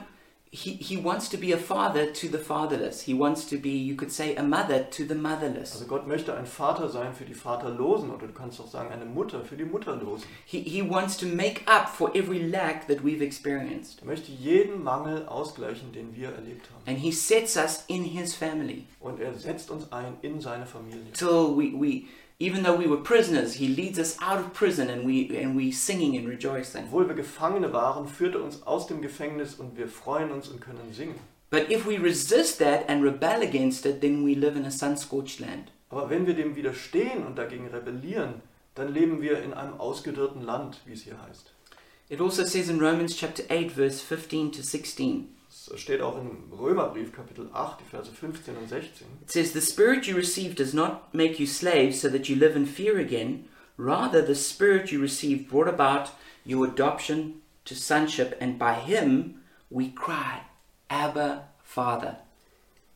he, he wants to be a father to the fatherless. He wants to be, you could say, a mother to the motherless. Also Gott möchte ein Vater sein für die Vaterlosen oder du kannst auch sagen eine Mutter für die Mutterlosen. He, he wants to make up for every lack that we've experienced. Er möchte jeden Mangel ausgleichen, den wir erlebt haben. And he sets us in his family Und er setzt uns ein in seine Familie. till we, we even though we were prisoners, he leads us out of prison and we and we singing and rejoicing. Obwohl wir Gefangene waren, führt er uns aus dem Gefängnis und wir freuen uns und können singen. But if we resist that and rebel against it, then we live in a sun scorched land. Aber wenn wir dem widerstehen und dagegen rebellieren, dann leben wir in einem ausgedörrten Land, wie es hier heißt. It also says in Romans chapter 8, verse 15 to 16. Es steht auch im Römerbrief Kapitel 8, die Verse 15 und 16. It says, The spirit you received does not make you slaves so that you live in fear again. Rather, the spirit you received brought about your adoption to sonship, and by him we cry, Abba, Father.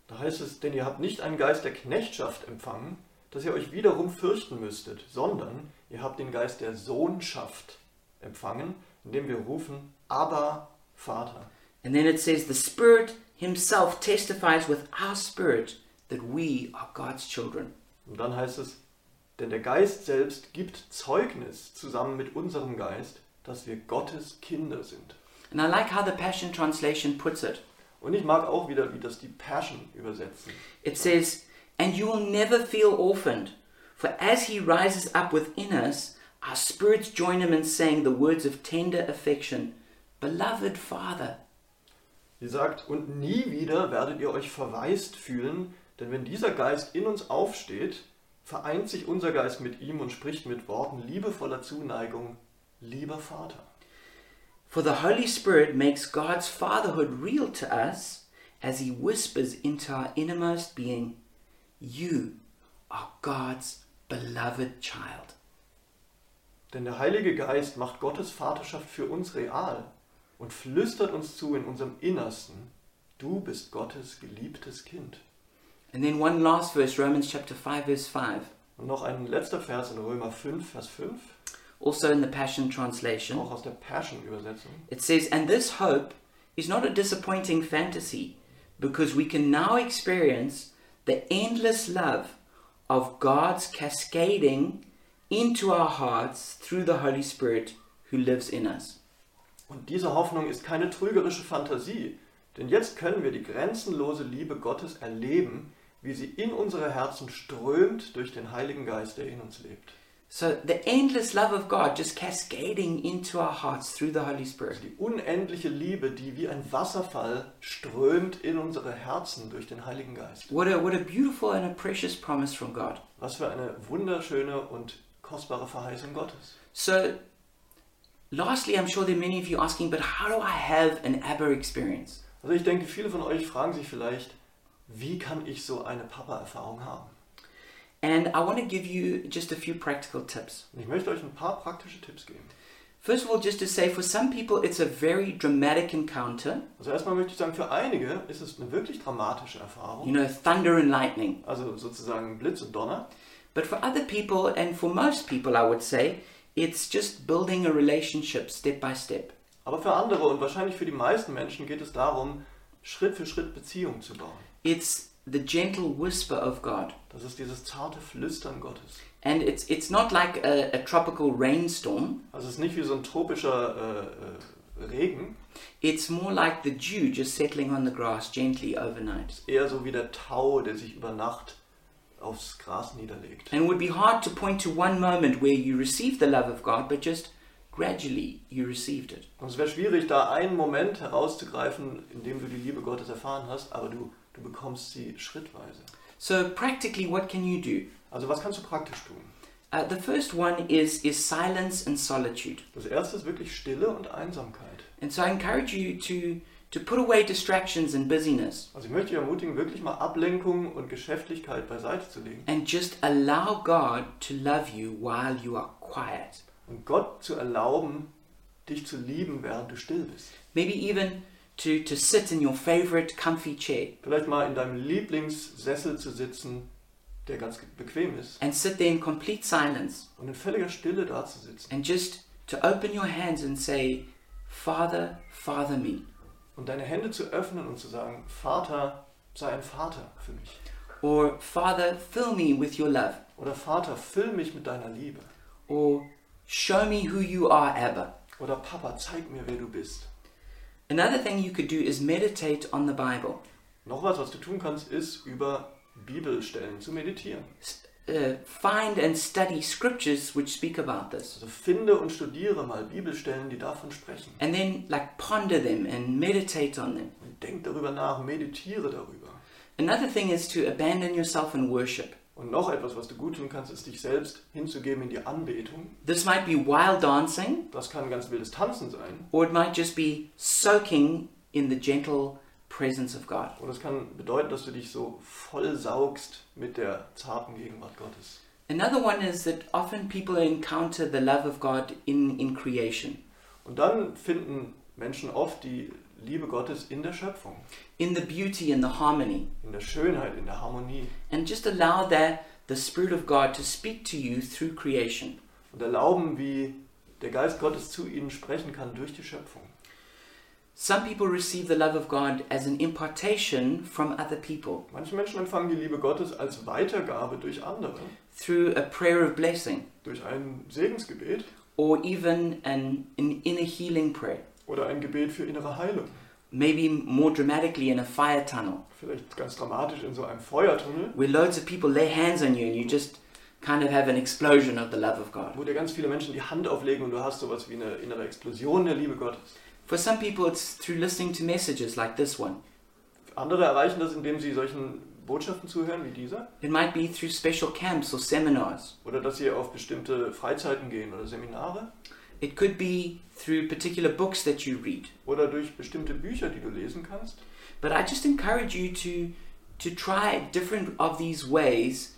Da heißt es, denn ihr habt nicht einen Geist der Knechtschaft empfangen, dass ihr euch wiederum fürchten müsstet, sondern ihr habt den Geist der Sohnschaft empfangen, indem wir rufen, aber Vater. And then it says, The spirit himself testifies with our spirit that we are God's children. Und dann heißt es, denn der Geist selbst gibt Zeugnis zusammen mit unserem Geist, dass wir Gottes Kinder sind. And I like how the Passion Translation puts it. Und ich mag auch wieder, wie das die Passion übersetzen. It says, And you will never feel orphaned, for as he rises up within us, our spirits join him in saying the words of tender affection, Beloved Father. Sie sagt, und nie wieder werdet ihr euch verwaist fühlen, denn wenn dieser Geist in uns aufsteht, vereint sich unser Geist mit ihm und spricht mit Worten liebevoller Zuneigung, lieber Vater. For the Holy Spirit makes God's fatherhood real to us as he whispers into our innermost being, You are God's beloved child. Denn der Heilige Geist macht Gottes Vaterschaft für uns real und flüstert uns zu in unserem Innersten, du bist Gottes geliebtes Kind. And then one last verse, Romans chapter 5, verse 5, Und noch ein letzter Vers in Römer 5, Vers 5, also in the Passion Translation. auch aus der Passion-Übersetzung. It says, And this hope is not a disappointing fantasy, because we can now experience the endless love of God's cascading into our hearts through the Holy Spirit who lives in us. Und diese Hoffnung ist keine trügerische Fantasie, denn jetzt können wir die grenzenlose Liebe Gottes erleben, wie sie in unsere Herzen strömt durch den Heiligen Geist, der in uns lebt. So the endless love of God just cascading into our hearts through the Holy Spirit. Also Die unendliche Liebe, die wie ein Wasserfall strömt in unsere Herzen durch den Heiligen Geist. What a, what a beautiful and a precious promise from God. Was für eine wunderschöne und kostbare Verheißung Gottes. So, lastly, I'm sure there are many of you asking, but how do I have an ABBA experience? Also ich denke, viele von euch fragen sich vielleicht, wie kann ich so eine Papa-Erfahrung haben? And I want to give you just a few practical tips. Und ich möchte euch ein paar praktische Tipps geben. First of all, just to say, for some people, it's a very dramatic encounter, Also erstmal möchte ich sagen, für einige ist es eine wirklich dramatische Erfahrung. you know, thunder and lightning. Also sozusagen Blitz und Donner. But for other people, and for most people, I would say, it's just building a relationship step by step. Aber für andere und wahrscheinlich für die meisten Menschen geht es darum, Schritt für Schritt Beziehung zu bauen. It's the gentle whisper of God. Das ist dieses zarte Flüstern Gottes. And it's, it's not like a, a tropical rainstorm, Also es ist nicht wie so ein tropischer äh, äh, Regen, it's more like the dew just settling on the grass gently overnight. eher so wie der Tau, der sich über Nacht aufs Gras niederlegt. And it would be hard to point to one moment where you received the love of God, but just gradually you received it. Und es wäre schwierig, da einen Moment herauszugreifen, in dem du die Liebe Gottes erfahren hast, aber du, du bekommst sie schrittweise. So practically, what can you do? Also was kannst du praktisch tun? Uh, the first one is is silence and solitude. Das erste ist wirklich Stille und Einsamkeit. And so I encourage you to to put away distractions and busyness Also ich möchte dich ermutigen, wirklich mal Ablenkung und Geschäftigkeit beiseite zu legen and just allow God to love you while you are quiet. und Gott zu erlauben, dich zu lieben, während du still bist. Maybe even to to sit in your favorite comfy chair Vielleicht mal in deinem Lieblingssessel zu sitzen, der ganz bequem ist and sit there in complete silence und in völliger Stille da zu sitzen and just to open your hands and say, "Father, father me." und deine Hände zu öffnen und zu sagen, Vater, sei ein Vater für mich. Or, Father, fill me with your love. Oder Vater, füll mich mit deiner Liebe. Or, show me who you are, Abba. Oder Papa, zeig mir, wer du bist. Another thing you could do is meditate on the Bible. Noch was, was du tun kannst, ist über Bibelstellen zu meditieren. S- Uh, find and study scriptures which speak about this. Also finde und studiere mal Bibelstellen, die davon sprechen. And then, like, ponder them and meditate on them. Und denk darüber nach, meditiere darüber. Another thing is to abandon yourself in worship. Und noch etwas, was du gut tun kannst, ist dich selbst hinzugeben in die Anbetung. This might be wild dancing, Das kann ganz wildes Tanzen sein. or it might just be soaking in the gentle presence of God. Und es kann bedeuten, dass du dich so voll saugst mit der zarten Gegenwart Gottes. Another one is that often people encounter the love of God in, in creation. Und dann finden Menschen oft die Liebe Gottes in der Schöpfung, in the beauty and the harmony in der Schönheit, in der Harmonie. and just allow that the spirit of god to speak to you through creation Und erlauben, wie der Geist Gottes zu ihnen sprechen kann durch die Schöpfung. some people receive the love of god as an impartation from other people Manche Menschen empfangen die Liebe Gottes als Weitergabe durch andere, through a prayer of blessing durch ein Segensgebet or even an, an inner healing prayer oder ein Gebet für innere Heilung. maybe more dramatically in a fire tunnel Vielleicht ganz dramatisch in so einem Feuertunnel, where loads of people lay hands on you and you just kind of have an explosion of the love of god wo dir ganz viele Menschen die Hand auflegen und du hast sowas wie eine innere Explosion der Liebe Gottes. for some people it's through listening to messages like this one Andere erreichen das, indem sie solchen Botschaften zuhören wie dieser it might be through special camps or seminars oder dass sie auf bestimmte Freizeiten gehen oder Seminare It could be through particular books that you read. oder durch bestimmte Bücher, die du lesen kannst. But I just encourage you to to try different of these ways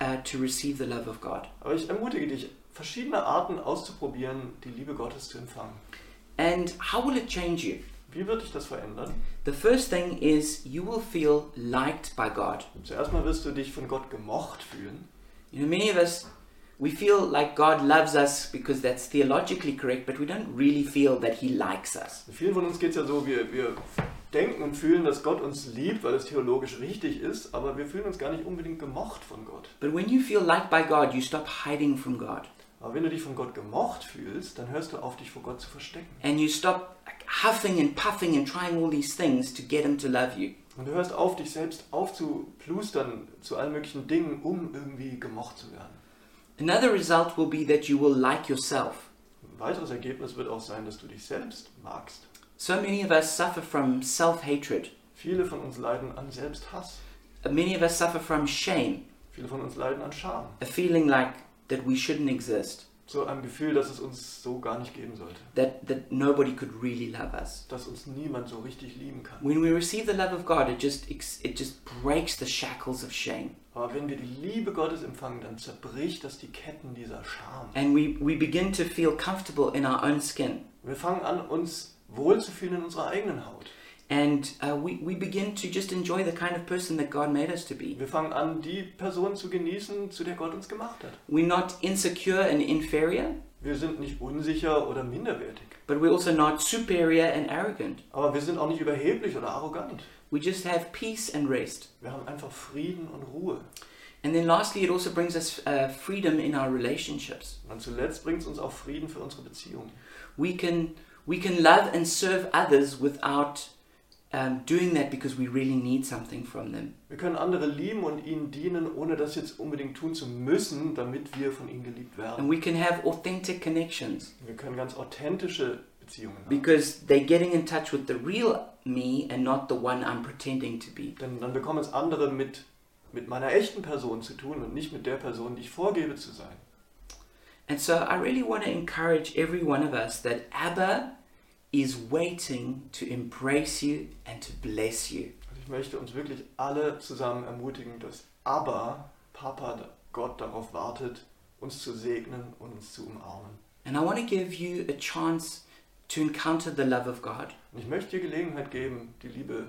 uh, to receive the love of God. Aber ich ermutige dich, verschiedene Arten auszuprobieren, die Liebe Gottes zu empfangen. And how will it change you? Wie wird dich das verändern? The first thing is you will feel liked by God. Zuerst mal wirst du dich von Gott gemocht fühlen. You know, many of us, we feel like God loves us because that's theologically correct, but we don't really feel that He likes us. Also Vielen von uns geht es ja so, wir, wir denken und fühlen, dass Gott uns liebt, weil es theologisch richtig ist, aber wir fühlen uns gar nicht unbedingt gemocht von Gott. But when you feel liked by God, you stop hiding from God Aber wenn du dich von Gott gemocht fühlst, dann hörst du auf, dich vor Gott zu verstecken. and you stop like, huffing and puffing and trying all these things to get Him to love you. Und du hörst auf, dich selbst aufzuplustern zu allen möglichen Dingen, um irgendwie gemocht zu werden. Another result will be that you will like yourself. Ein weiteres Ergebnis wird auch sein, dass du dich selbst magst. So many of us suffer from self hatred, Viele von uns leiden an Selbsthass. Uh, many of us suffer from shame, Viele von uns leiden an Scham. a feeling like that we shouldn't exist, So ein Gefühl, dass es uns so gar nicht geben sollte. that, that nobody could really love us. Dass uns niemand so richtig lieben kann. When we receive the love of God, it just ex- it just breaks the shackles of shame, Aber wenn wir die Liebe Gottes empfangen, dann zerbricht das die Ketten dieser Scham. and we we begin to feel comfortable in our own skin, Wir fangen an, uns wohlzufühlen in unserer eigenen Haut. and uh, we we begin to just enjoy the kind of person that God made us to be. Wir fangen an, die Person zu genießen, zu der Gott uns gemacht hat. We're not insecure and inferior, Wir sind nicht unsicher oder minderwertig. but we're also not superior and arrogant. Aber wir sind auch nicht überheblich oder arrogant. We just have peace and rest. Wir haben einfach Frieden und Ruhe. And then lastly, it also brings us uh, freedom in our relationships. Und zuletzt bringt es uns auch Frieden für unsere Beziehung. We can we can love and serve others without um, doing that because we really need something from them. Wir können andere lieben und ihnen dienen, ohne das jetzt unbedingt tun zu müssen, damit wir von ihnen geliebt werden. And we can have authentic connections Wir können ganz authentische Beziehungen haben. because they're getting in touch with the real me and not the one I'm pretending to be. Denn dann bekommen es andere mit, mit meiner echten Person zu tun und nicht mit der Person, die ich vorgebe zu sein. And so I really want to encourage every one of us that Abba is waiting to embrace you and to bless you. Also ich möchte uns wirklich alle zusammen ermutigen, dass aber Papa Gott darauf wartet, uns zu segnen und uns zu umarmen. And I want to give you a chance to encounter the love of God, Und ich möchte dir Gelegenheit geben, die Liebe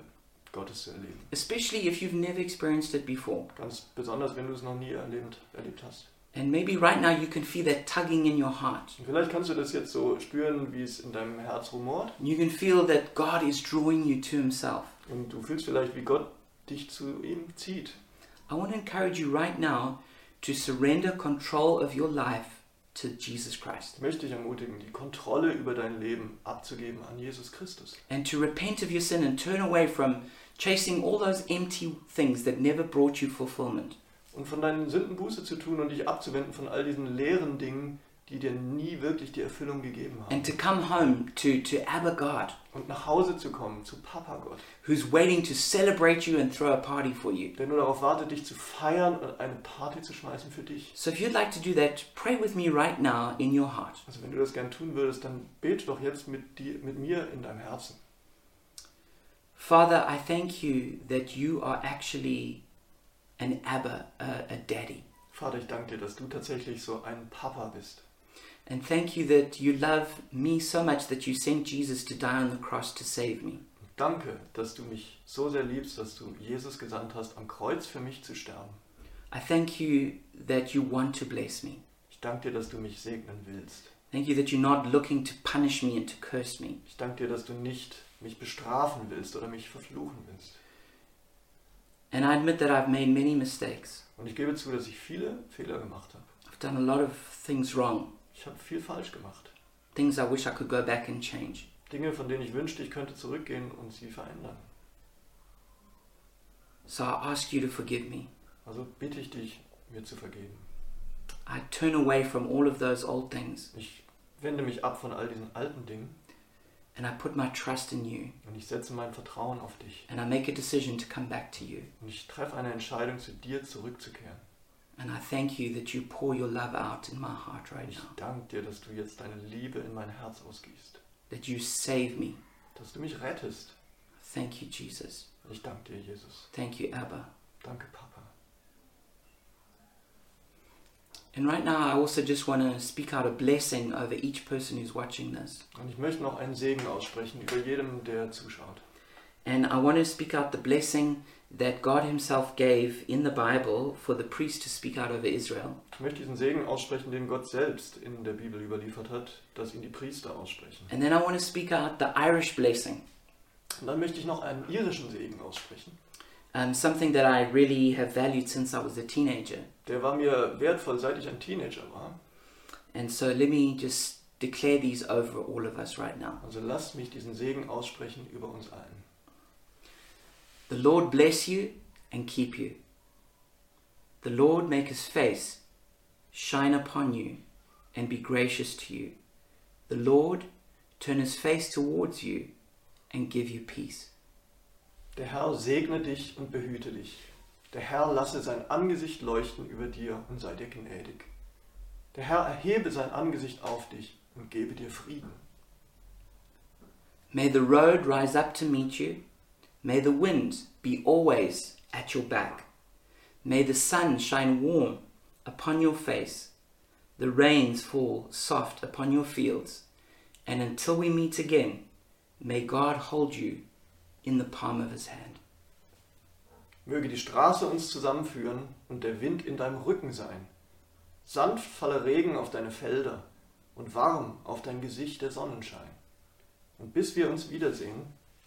Gottes zu erleben. especially if you've never experienced it before. Ganz besonders, wenn du es noch nie erlebt, erlebt hast. And maybe right now you can feel that tugging in your heart. Und vielleicht kannst du das jetzt so spüren, wie es in deinem Herz rumort. You can feel that God is drawing you to Himself. Und du fühlst vielleicht, wie Gott dich zu ihm zieht. I want to encourage you right now to surrender control of your life to Jesus Christ Ich möchte dich ermutigen, die Kontrolle über dein Leben abzugeben an Jesus Christus. and to repent of your sin and turn away from chasing all those empty things that never brought you fulfillment. Und von deinen Sünden Buße zu tun und dich abzuwenden von all diesen leeren Dingen, die dir nie wirklich die Erfüllung gegeben haben. And to come home to, to Abba God, Und nach Hause zu kommen, zu Papa Gott, who's waiting to celebrate you and throw a party for you. der nur darauf wartet, dich zu feiern und eine Party zu schmeißen für dich. So if you'd like to do that, pray with me right now in your heart. Also wenn du das gern tun würdest, dann bete doch jetzt mit, dir, mit mir in deinem Herzen. Father, I thank you that you are actually an Abba, a, a daddy. Vater, ich danke dir, dass du tatsächlich so ein Papa bist. And thank you that you love me so much that you sent Jesus to die on the cross to save me. Und danke, dass du mich so sehr liebst, dass du Jesus gesandt hast, am Kreuz für mich zu sterben. I thank you that you want to bless me. Ich danke dir, dass du mich segnen willst. Thank you that you're not looking to punish me and to curse me. Ich danke dir, dass du nicht mich bestrafen willst oder mich verfluchen willst. And I admit that I've made many mistakes. Und ich gebe zu, dass ich viele Fehler gemacht habe. I've done a lot of things wrong, Ich habe viel falsch gemacht. things I wish I could go back and change. Dinge, von denen ich wünschte, ich könnte zurückgehen und sie verändern. So I ask you to forgive me. Also bitte ich dich, mir zu vergeben. I turn away from all of those old things Ich wende mich ab von all diesen alten Dingen and I put my trust in you. und ich setze mein Vertrauen auf dich. and I make a decision to come back to you. Und ich treffe eine Entscheidung, zu dir zurückzukehren. And I thank you that you pour your love out in my heart right Ich now, danke dir, dass du jetzt deine Liebe in mein Herz ausgießt. that you save me. Dass du mich rettest. Thank you, Jesus. Ich danke dir, Jesus. Thank you, Abba. Danke, Papa. And right now, I also just want to speak out a blessing over each person who's watching this. Und ich möchte noch einen Segen aussprechen über jedem, der zuschaut. And I want to speak out the blessing that God Himself gave in the Bible for the priest to speak out over Israel. Ich möchte diesen Segen aussprechen, den Gott selbst in der Bibel überliefert hat, dass ihn die Priester aussprechen. And then I want to speak out the Irish blessing, Und dann möchte ich noch einen irischen Segen aussprechen. um, something that I really have valued since I was a teenager. Der war mir wertvoll, seit ich ein Teenager war. And so let me just declare these over all of us right now. Also lasst mich diesen Segen aussprechen über uns allen. The Lord bless you and keep you. The Lord make his face shine upon you and be gracious to you. The Lord turn his face towards you and give you peace. Der Herr segne dich und behüte dich. Der Herr lasse sein Angesicht leuchten über dir und sei dir gnädig. Der Herr erhebe sein Angesicht auf dich und gebe dir Frieden. May the road rise up to meet you. May the wind be always at your back. May the sun shine warm upon your face. The rains fall soft upon your fields. And until we meet again, may God hold you in the palm of his hand. Möge die Straße uns zusammenführen und der Wind in deinem Rücken sein. Sanft falle Regen auf deine Felder und warm auf dein Gesicht der Sonnenschein. Und bis wir uns wiedersehen,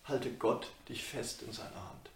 halte Gott dich fest in seiner Hand.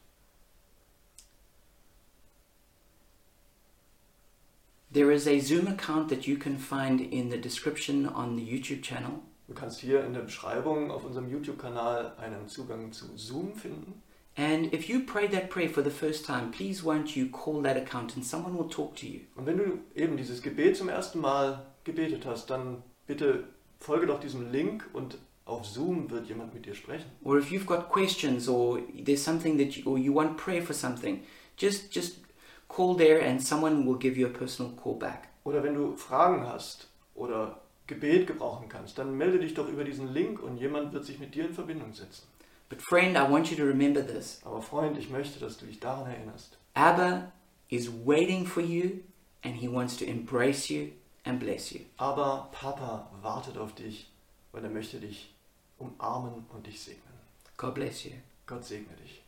There is a Zoom account that you can find in the description on the YouTube channel. Du kannst hier in der Beschreibung auf unserem YouTube-Kanal einen Zugang zu Zoom finden. And if you prayed that prayer for the first time, please won't you call that account and someone will talk to you. Und wenn du eben dieses Gebet zum ersten Mal gebetet hast, dann bitte folge doch diesem Link und auf Zoom wird jemand mit dir sprechen. or if you've got questions or there's something that you, or you want prayer for something just just call there and someone will give you a personal call back Oder wenn du Fragen hast oder Gebet gebrauchen kannst, dann melde dich doch über diesen Link und jemand wird sich mit dir in Verbindung setzen. but friend i want you to remember this Aber Freund, ich möchte, dass du dich daran erinnerst. abba is waiting for you and he wants to embrace you and bless you Aber Papa wartet auf dich, weil er möchte dich umarmen und dich segnen. god bless you Gott segne dich.